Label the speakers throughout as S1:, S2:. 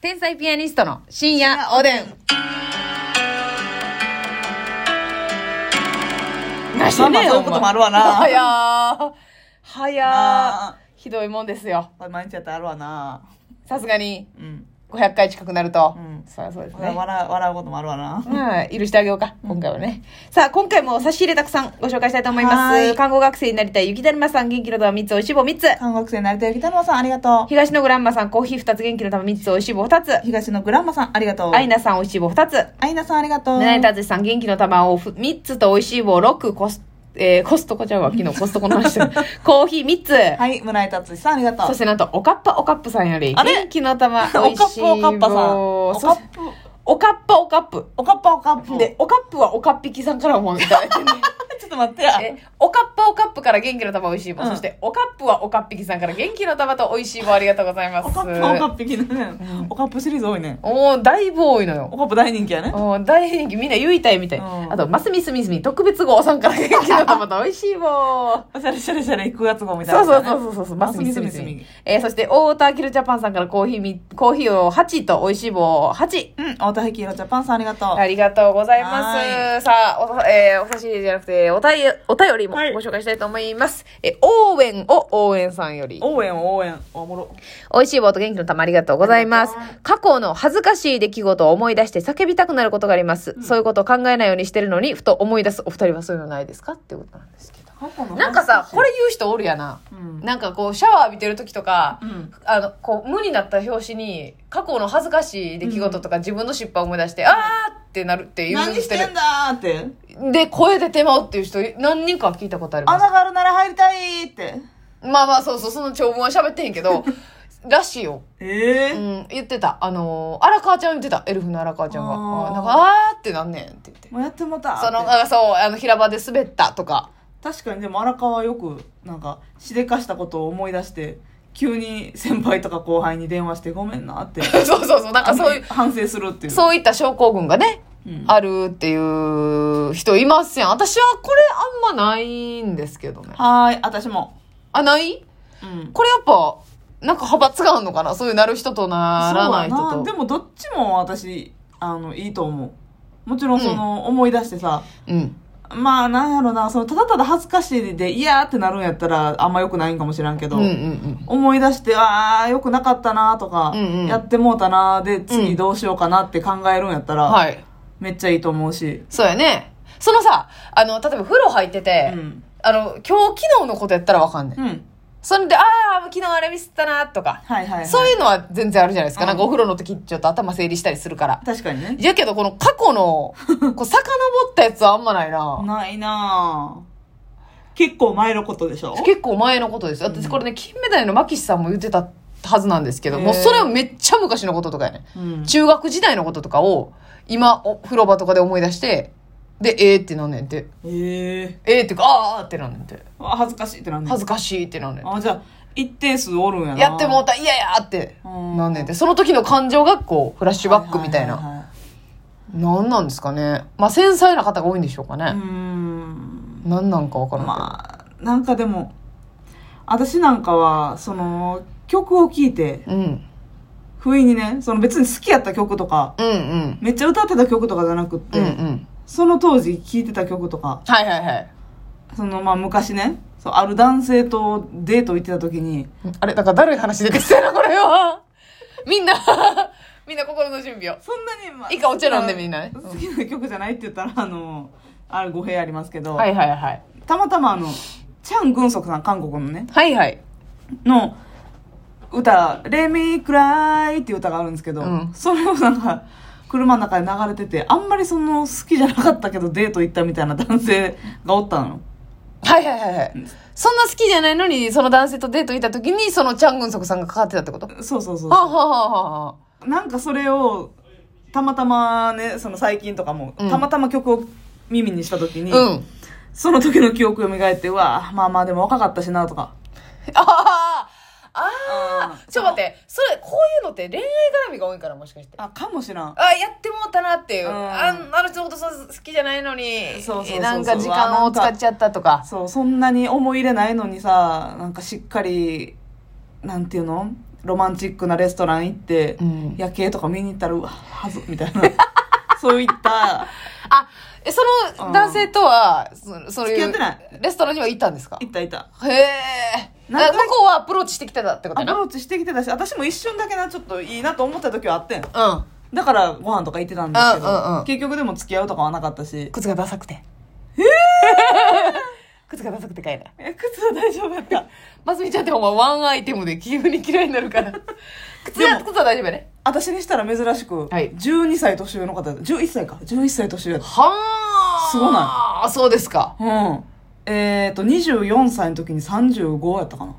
S1: 天才ピアニストの深夜おでん。な
S2: まあまあそういうこともあるわな
S1: はやは
S2: な
S1: や
S2: あ
S1: ひどいもんですよ。
S2: これ毎日やったらあるわな
S1: さすがに
S2: うん
S1: 500回近くなると。
S2: うん
S1: そりゃそうです
S2: 笑
S1: ね。
S2: 笑笑うこともあるわな
S1: まあ、許してあげようか、今回はね。さあ、今回も差し入れたくさんご紹介したいと思いま
S2: はー
S1: す。
S2: い
S1: 看護学生になりたい雪だるまさん、元気の玉3つ、おいしい棒3つ。
S2: 韓国生になりたい北野さんありがと
S1: 東のグランマさん、コーヒー2つ、元気の玉3つ、おいしい棒2つ。
S2: う東のグランマさんありがとう
S1: アイナさん、おいしい棒2つ。
S2: アイナさんありがとう
S1: 七重達さん、元気の玉を3つと美味しい棒6、コス、えーコストコちゃんは昨日コストコの 話してるコーヒー3つ。
S2: はい村井達さんありがとう
S1: そしてなんと、おかっぱおかっぷさんより、
S2: あれ
S1: 元気の 玉、
S2: お
S1: 美味
S2: かっ
S1: しい
S2: ぱ
S1: 棒。
S2: おかっぱさんおか
S1: そ
S2: っ
S1: して
S2: ぱ
S1: おかっぱおかっぷ。
S2: おかっぱおかっぱ
S1: で、おかっぷはおかっぴきさんからもいただいてね。
S2: ちょっと待ってや
S1: え、おかっぱおかっぷから元気の玉美味しい棒。
S2: うん
S1: そして、おかっぷはおかっぴきさんから元気の玉と美味しい棒ありがとうございます。
S2: おかっぱおかっぱねおかっぱシリーズ多いね
S1: おー、だいぶ多いのよ
S2: お。かっぱ大人気やね
S1: うん大人気みんな言いたいみたい、
S2: うん
S1: あとますみすみすみ特別号さんから元気の玉と美味しい棒
S2: おしゃれしゃれしゃれ9月号みたい
S1: そ
S2: な
S1: うそう
S2: う
S1: そうそうそうますみすみす
S2: ますみすみ
S1: み
S2: すみ
S1: えーそして太田キルジャパンさんからコーヒーみコーヒーを8と美味しい棒8
S2: うん太田ヒロジャパンさんありがとう
S1: ありがとうございます。さあ、おさ、えーお差し入れじゃなくて、おたい、お便りも
S2: はい
S1: ご紹介したいと思います。えー、応援を応援さんより。
S2: 応援応援おもろ
S1: 美味しい棒と元気の玉ありがとうございます
S2: ありが。
S1: 過去の恥ずかしい出来事を思い出して叫びたくなることがあります。そういうことを考えないようにしてるのに、ふと思い出すお二人はそういうのないですかっていうことなんですけど。なんかさ、これ言う人おるやな。
S2: うん
S1: なんかこう、シャワー浴びてる時とか、
S2: うん
S1: あの、こう、無になった拍子に、過去の恥ずかしい出来事とか、自分の失敗を思い出して、あーってなるっていう
S2: 何してんだーって
S1: で、声出てまうっていう人、何人か聞いたことあります。
S2: 穴があるなら入りたいって
S1: まあまあ、そうそう、その長文は喋ってへんけ ど、らしいよ。
S2: ええ
S1: うん、言ってた。あのー、荒川ちゃん言ってた。エルフの荒川ちゃんが。
S2: あー
S1: あなんか、あーってなんねんって言って。
S2: もうやってもうた
S1: その、
S2: って
S1: あそう、あの、平場で滑ったとか。
S2: 確かにでも荒川はよくなんかしでかしたことを思い出して急に先輩とか後輩に電話してごめんな って
S1: そうそうそう、なんかそういう、
S2: 反省するっていう
S1: そういった症候群がね、
S2: うん
S1: あるっていう人いません。私はこれあんまないんですけどね。
S2: はーい私も
S1: あ、ない
S2: うん
S1: これやっぱ、なんか派閥があるのかなそういうなる人とならない人
S2: そうやな
S1: と
S2: で。もどっちも私あのいいと思うもちろんその、思い出してさ
S1: うん。
S2: まあなんやろなそのただただ恥ずかしいで嫌ってなるんやったらあんまよくないんかもしらんけ
S1: う
S2: ど、
S1: んうんうん。
S2: 思い出して、ああ、よくなかったなとか、
S1: うんうん
S2: やってもうたなで、
S1: うん
S2: 次どうしようかなって考えるんやったら、
S1: はい。
S2: めっちゃいいと思うし。
S1: そうやね。そのさ、あの、例えば風呂入ってて、
S2: うん。
S1: あの、今日、昨日のことやったらわかんない。
S2: うん。
S1: それで、ああ、昨日あれミスったな、とか、
S2: はいはい、はい。
S1: そういうのは全然あるじゃないですか。
S2: うん
S1: なんかお風呂の時ちょっと頭整理したりするから。
S2: 確かにね。
S1: やけど、この過去 の、こう、遡ったやつはあんまないな。
S2: ないなぁ。結構前のことでしょ
S1: 結構前のことですよ。だってこれね、金メダルのマキシさんも言ってたはずなんですけど、
S2: へー
S1: もうそれはめっちゃ昔のこととかやね。
S2: うん。
S1: 中学時代のこととかを、今、お風呂場とかで思い出して、で、えーってなんねんて。
S2: ええ
S1: えーってか、あーってなんねんて。
S2: ー。あ恥ずかしいってなんねん
S1: 恥ずかしいってなんねんて。
S2: あ、じゃあ、一定数おるんやな。
S1: やってもうた、嫌やーって。
S2: うん
S1: なんねんて。その時の感情がこう、フラッシュバックみたい
S2: はは
S1: な。
S2: はは
S1: なんなんですかね。まあ、繊細な方が多いんでしょうか
S2: うー
S1: ね。
S2: ん。
S1: なんなんかわからんけど。
S2: まあ、なんかでも、私なんかは、その、曲を聴いて、
S1: うん。
S2: 不意にね、その別に好きやった曲とか、
S1: うんうん。
S2: めっちゃ歌ってた曲とかじゃなくって、
S1: うんうん。
S2: その当時聴いてた曲とか、
S1: はいはいはい。
S2: そのまあ昔ね、そうある男性とデート行ってた時に、
S1: あれ、だからだるい話出てきたな、これは。みんな、 みんな心の準備を。
S2: そんなに、まあ、
S1: いいかお茶飲んでみ
S2: 好
S1: んなね
S2: き好きな曲じゃないって言ったら、あの、あれ語弊ありますけど、
S1: はいはいはい。
S2: たまたまあの、チャン・グンソクさん、韓国のね、
S1: はいはい。
S2: の歌、レミクライっていう歌があるんですけど、
S1: うん
S2: それをなんか、車の中で流れてて、あんまりその好きじゃなかったけどデート行ったみたいな男性がおったの。
S1: はいはいはいはい。そんな好きじゃないのに、その男性とデート行った時に、そのチャングンソクさんがかかってたってことは
S2: そうそうそう
S1: あ、。はあはあは
S2: なんかそれをたまたまねその最近とかも、
S1: うん
S2: たまたま曲を耳にした時に、
S1: あ、うん。
S2: その時の記憶蘇ってうわまあまあでも若かったしなとか
S1: あ あ、ああ
S2: う、ん
S1: ちょっと待って、それ、こういうのって恋愛絡みが多いから、もしかして。
S2: あかもしらん
S1: あ、やってもうたなっていう。
S2: うん
S1: ああの人のことさ好きじゃないのに、
S2: そうそうそうそう
S1: なんか時間を使っちゃったとか。
S2: そうそんなに思い入れないのにさなんかしっかりなんていうのロマンチックなレストラン行って、
S1: うん
S2: 夜景とか見に行ったらうわはずみたいな そういった
S1: あ、えその男性とは、そそうい
S2: 付き合
S1: う
S2: ってない、
S1: レストランには行ったんですか
S2: いったいった
S1: へえ。だから
S2: 何回
S1: 向こうはアプローチしてきてたってこと
S2: ア
S1: や
S2: プ
S1: な。
S2: ローチしてきてたし私も一瞬だけなちょっといいなと思った時はあってん
S1: うん。
S2: だからご飯とか行ってたんですけど、
S1: うんうんうん
S2: 結局でも付き合うとかはなかったし
S1: 靴がダサくて。え 靴がダサくてかいな。
S2: え靴は大丈夫やった
S1: ますみちゃんってほんまワンアイテムで急に嫌いになるから。靴は、
S2: で
S1: 靴は大丈夫やね。
S2: 私にしたら珍しく、
S1: はい
S2: 12歳年上の方11歳か11歳年上やった
S1: はあ。
S2: すごない
S1: い。そうですか。
S2: うんえっ、ー、と24歳の時に35やったかな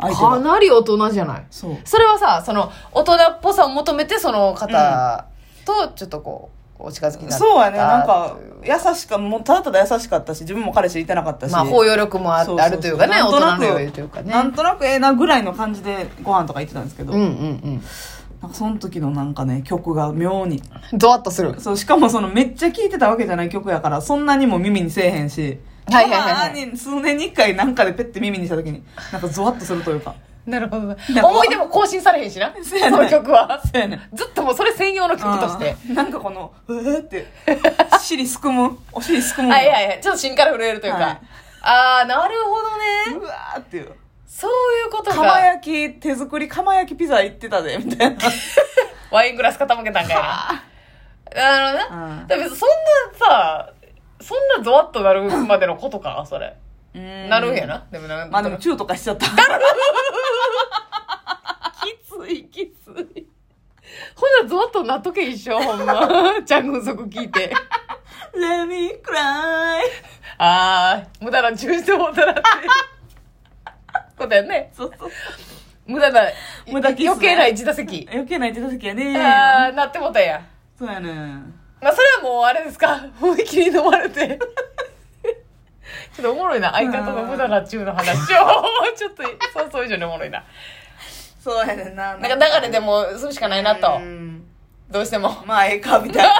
S2: 相手
S1: か
S2: が
S1: なり大人じゃない
S2: そう
S1: それはさ、その、大人っぽさを求めて、その方と、ちょっとこう、お近づきになった
S2: そうやねなんか
S1: という
S2: 優しかもうただただ優しかったし自分も彼氏いてなかったし、
S1: まあ、包容力もあ
S2: そうそうそう
S1: あるというかね、大
S2: なんと
S1: 人
S2: なく
S1: の余裕というかね。
S2: なんとなくええなぐらいの感じでご飯とか行ってたんですけど、
S1: うんうん
S2: なんかその時のなんかね曲が妙に
S1: うん。ゾワッとする。
S2: そうしかもそのめっちゃ聴いてたわけじゃない曲やからそんなにも耳にせえへんし
S1: はいはいはいはい
S2: たまに数年に一回なんかでペッて耳にした時になんかゾワッとするというか
S1: なるほど。
S2: か
S1: 思い出も更新されへんしな、
S2: そうやね
S1: その曲は。
S2: そうやねん
S1: ずっともうそれ専用の曲として。
S2: うんなんかこのうーって尻すくむお尻すくむの
S1: はいはいはい。ちょっと芯から震えるというか。
S2: はい
S1: あー、なるほどね。
S2: うわーっていう
S1: そういうこと
S2: 釜
S1: か。
S2: 焼き手作り釜焼きピザ行ってたでみたいな
S1: ワイングラス傾けたんかいな。なるほど
S2: う
S1: ね
S2: ん。
S1: でもそんなさ、そんなゾワッとなるまでのことか、それ。なるんやな。でもなん
S2: まあでもチューとかしちゃった
S1: きついきついほなゾワッとなっとけ一緒ほんま ちゃんぐんそこ聞いて
S2: Let me cry
S1: あー無駄な注意してもうた らってことやね
S2: そうそう
S1: 無駄な
S2: 無駄キスね
S1: 余計な一打席
S2: 余計な言ってた時やね
S1: ああなってもうたんや
S2: そうやねん
S1: まあそれはもうあれですか 思いっきり飲まれて ちょっとおもろいな相方の無駄な注意の話 をちょっとそうそう以上におもろいな
S2: そうやねん な
S1: なんか流れでもうするしかないなと
S2: うん
S1: どうしても
S2: まあええかみた いな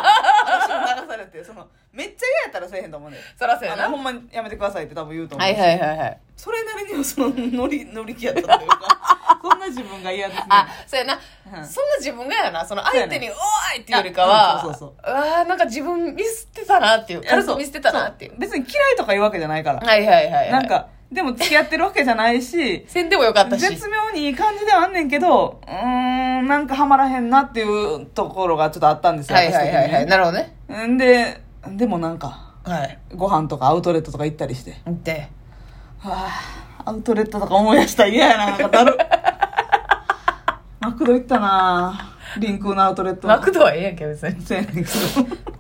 S2: 私も流されてそのめっちゃ嫌やったらせえへんと思うねん
S1: そらそうやな
S2: あ
S1: は
S2: のほんまにやめてくださいって多分言うと思う
S1: いはいはいはい
S2: それなりにはその乗り乗り気やったとい うかそんな自分が嫌ですね
S1: あ、そうやな。
S2: うん
S1: そんな自分がやな。その相手に、お
S2: そ
S1: ーいっていうよりかは、
S2: あうんそうそう
S1: あーなんか自分見捨てたなっていう。軽
S2: そ
S1: く見捨てたなっていう
S2: そ。別に嫌いとか言うわけじゃないから、
S1: はいはいはいはい。
S2: なん、かでも付き合ってるわけじゃないし
S1: せんでもよかったし。
S2: 絶妙にいい感じではあんねんけどうーんなんかハマらへんなっていうところがちょっとあったんですよ
S1: はいはいはいはい。なるほどね。
S2: 私的にねんででもなんか
S1: はい。
S2: ご飯とかアウトレットとか行ったりして
S1: で、
S2: はあアウトレットとか思い出したら嫌やななんかだるマクド行ったなリンクのアウトレット
S1: マクドはええやんけ、別に。
S2: そうやねんけど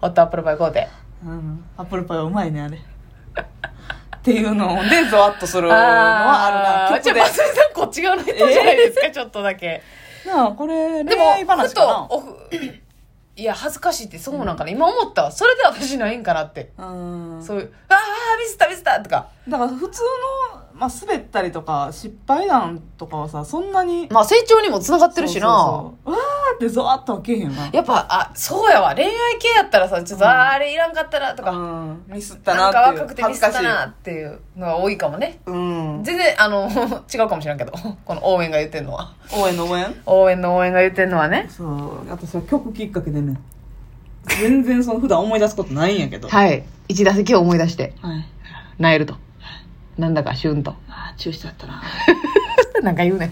S1: ホットアップルパイ買うて。
S2: うんアップルパイはうまいねあれっていうのでゾワッとするのはあるな
S1: ーちょ、
S2: 曲で
S1: まつりさんこっち側の人じゃないですか、ちょっとだけ。
S2: なあこれ
S1: で
S2: 恋
S1: も
S2: 愛、話
S1: ふ
S2: か
S1: と
S2: な、
S1: オフ、いや、恥ずかしいってそうなんかな。今思ったわ。それで私ないんかなって。
S2: うん
S1: そういう、あー、ミスったミスったとか。
S2: だから普通の、まあ、滑ったりとか失敗談とかはさそんなに
S1: まあ成長にもつながってるしな。
S2: そうそうそうわーってゾワッとはけえへんわ
S1: やっぱ、あ、そうやわ。恋愛系やったらさ、ちょっと、
S2: うん
S1: あーあれいらんかったなとか、
S2: うんミスった
S1: なんか
S2: なっていう
S1: 若くてミスったなっていうのが多いかもね。
S2: うん
S1: 全然、あの、違うかもしれんけど、この応援が言ってんのは。
S2: 応援の応援
S1: 応援の応援が言ってんのはね。
S2: そう私は曲きっかけでね全然その普段思い出すことないんやけどい、
S1: はい。一打席を思い出して、
S2: はい、
S1: 泣えると。なんだかシュンと。
S2: ああ注意しちゃったな
S1: なんか言う ね。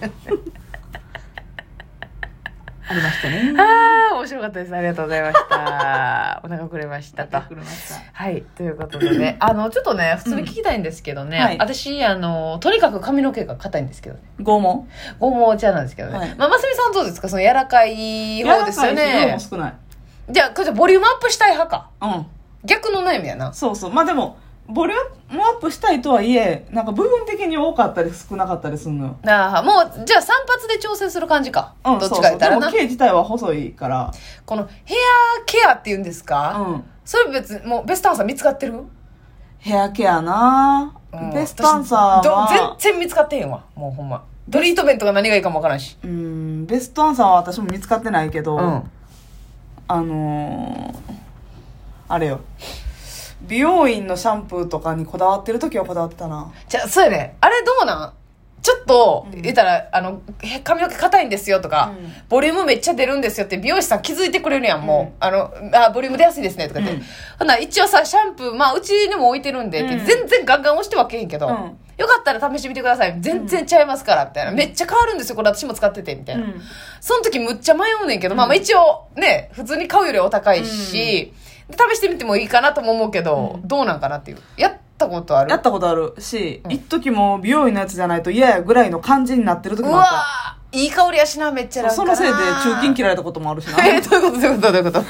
S2: ありましたね
S1: ああ、面白かったです。ありがとうございました。お腹くれましたと。
S2: くれました
S1: はい。ということで ね、あの、ちょっとね、普通に聞きたいんですけどね、
S2: うんはい
S1: 私、あの、とにかく髪の毛が硬いんですけどね。
S2: 拷問
S1: ごもちゃなんですけどね。
S2: はい
S1: まあ、ますみさんどうですかその柔らかい方ですよ
S2: 柔らかいし量
S1: ね
S2: も。少ない
S1: じゃあ、これじゃあボリュームアップしたい派か。
S2: うん
S1: 逆の悩みやな。
S2: そうそうまあでもボリュームアップしたいとはいえなんか部分的に多かったり少なかったりするのよ
S1: ああ、もう、じゃあ散髪で調整する感じか。
S2: うん
S1: どっちか言ったら
S2: そうそ
S1: な
S2: うでも。毛自体は細いから
S1: このヘアケアって言うんですか、
S2: うん
S1: それ別に、もうベストアンサー見つかってる、
S2: ヘアケアな
S1: うん
S2: ベストアンサー
S1: 私ど
S2: は
S1: 全然見つかってへんわ。もうほんま。トリートメントが何がいいかもわからんし。
S2: うんベストアンサーは私も見つかってないけど、
S1: うん。
S2: あのーあれよ美容院のシャンプーとかにこだわってる時はこだわってたな
S1: じゃあ、そうやね。あれどうなんちょっと、
S2: うん
S1: 言ったら、あの、へ髪の毛硬いんですよとか、
S2: うん
S1: ボリュームめっちゃ出るんですよって美容師さん気づいてくれるやん、もう。あの、あ、ボリューム出やすいですねとかって。
S2: うん
S1: ほんなら一応さ、シャンプー、まあ、うちにも置いてるんでって、
S2: うん
S1: 全然ガンガン押してはけへんけど、
S2: うん
S1: よかったら試してみてください。全然ちゃいますから、みたいな。めっちゃ変わるんですよ、これ私も使ってて、みたいな。
S2: うん
S1: その時むっちゃ迷うねんけど、まあまあ一応ね、普通に買うよりお高いし、で試してみてもいいかなとも思うけど、どうなんかなっていう。やったことある
S2: やったことあるし、
S1: うん
S2: 一時も美容院のやつじゃないと嫌やぐらいの感じになってる時
S1: う
S2: も
S1: わ
S2: あ
S1: ーいい香りやしな、めっちゃ
S2: った
S1: 楽
S2: そ
S1: か
S2: の
S1: な
S2: せいで中金切られたこともあるしな
S1: えー、どういうことどういうことどういうこと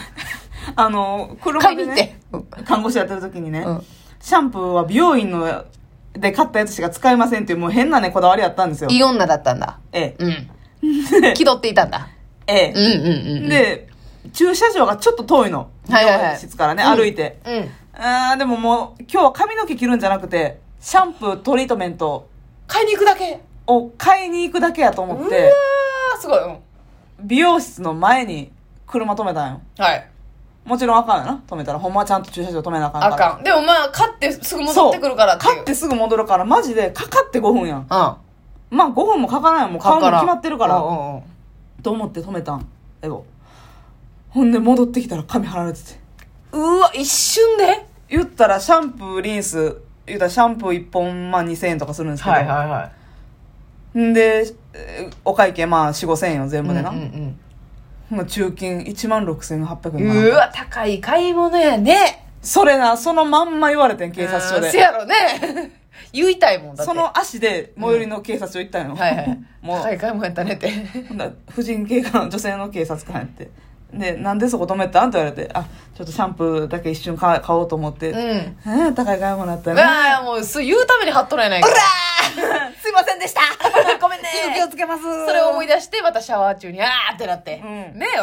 S2: あの車
S1: 買い
S2: で、
S1: に行っ
S2: ね
S1: て、。うん
S2: 看護師やってる時にね、
S1: うん
S2: シャンプーは美容院ので買ったやつしか使えませんっていうもう変なねこだわりやったんですよ
S1: いい女だったんだ。
S2: え
S1: うん。
S2: え
S1: 気取っていたんだ。
S2: え
S1: うんうんうん
S2: え
S1: うん。、
S2: で駐車場がちょっと遠いの
S1: はいはいはい
S2: 美容室からね
S1: うん
S2: 歩いて、
S1: うん。
S2: あーでももう今日は髪の毛切るんじゃなくてシャンプートリートメント
S1: 買いに行くだけ。
S2: を買いに行くだけやと
S1: うわ
S2: 思って
S1: ー、すごい。うん。
S2: 美容室の前に車止めたんよ
S1: はい。
S2: もちろんあかんよな止めたらほんまはちゃんと駐車場止めなあかんから
S1: あかん。でもまあ、買ってすぐ戻ってくるからっていう。
S2: 買ってすぐ戻るからマジでかかって5分やん
S1: うん。
S2: まあ5分もかからんやんもう買うの決まってるから
S1: うんうんうん
S2: と思って止めたんエボほんで戻ってきたら髪貼られてて
S1: うわ、一瞬で
S2: 言ったらシャンプーリンス言ったらシャンプー1本まあ2000円とかするんですけど、
S1: いはい。
S2: んでえーお会計まあ4 5千円を全部でな、
S1: うんうん
S2: まあ、中金1万
S1: うん、
S2: 6800円か
S1: う
S2: な
S1: わ、高い買い物やね。
S2: それなそのまんま言われてん警察署
S1: うんせ
S2: で
S1: やろね。 言いたいもんだって。
S2: そ、の足で最寄りの警察署行ったんよ、
S1: はいはい。
S2: もう
S1: 高い買い物やったねって。
S2: ほんなら婦人警官女性の警察官やってでなんでそこ止めたんって言われてあちょっとシャンプーだけ一瞬買買お うと思って、
S1: うん。
S2: うん、高い買い物だった
S1: う
S2: ね
S1: わあもう、そう言うために貼っとらやないか。うらすいませんでしたごめんね
S2: 気をつけます
S1: それを思い
S2: 出
S1: 出して、またシャワー中に、あーってなって。
S2: うん
S1: ねえ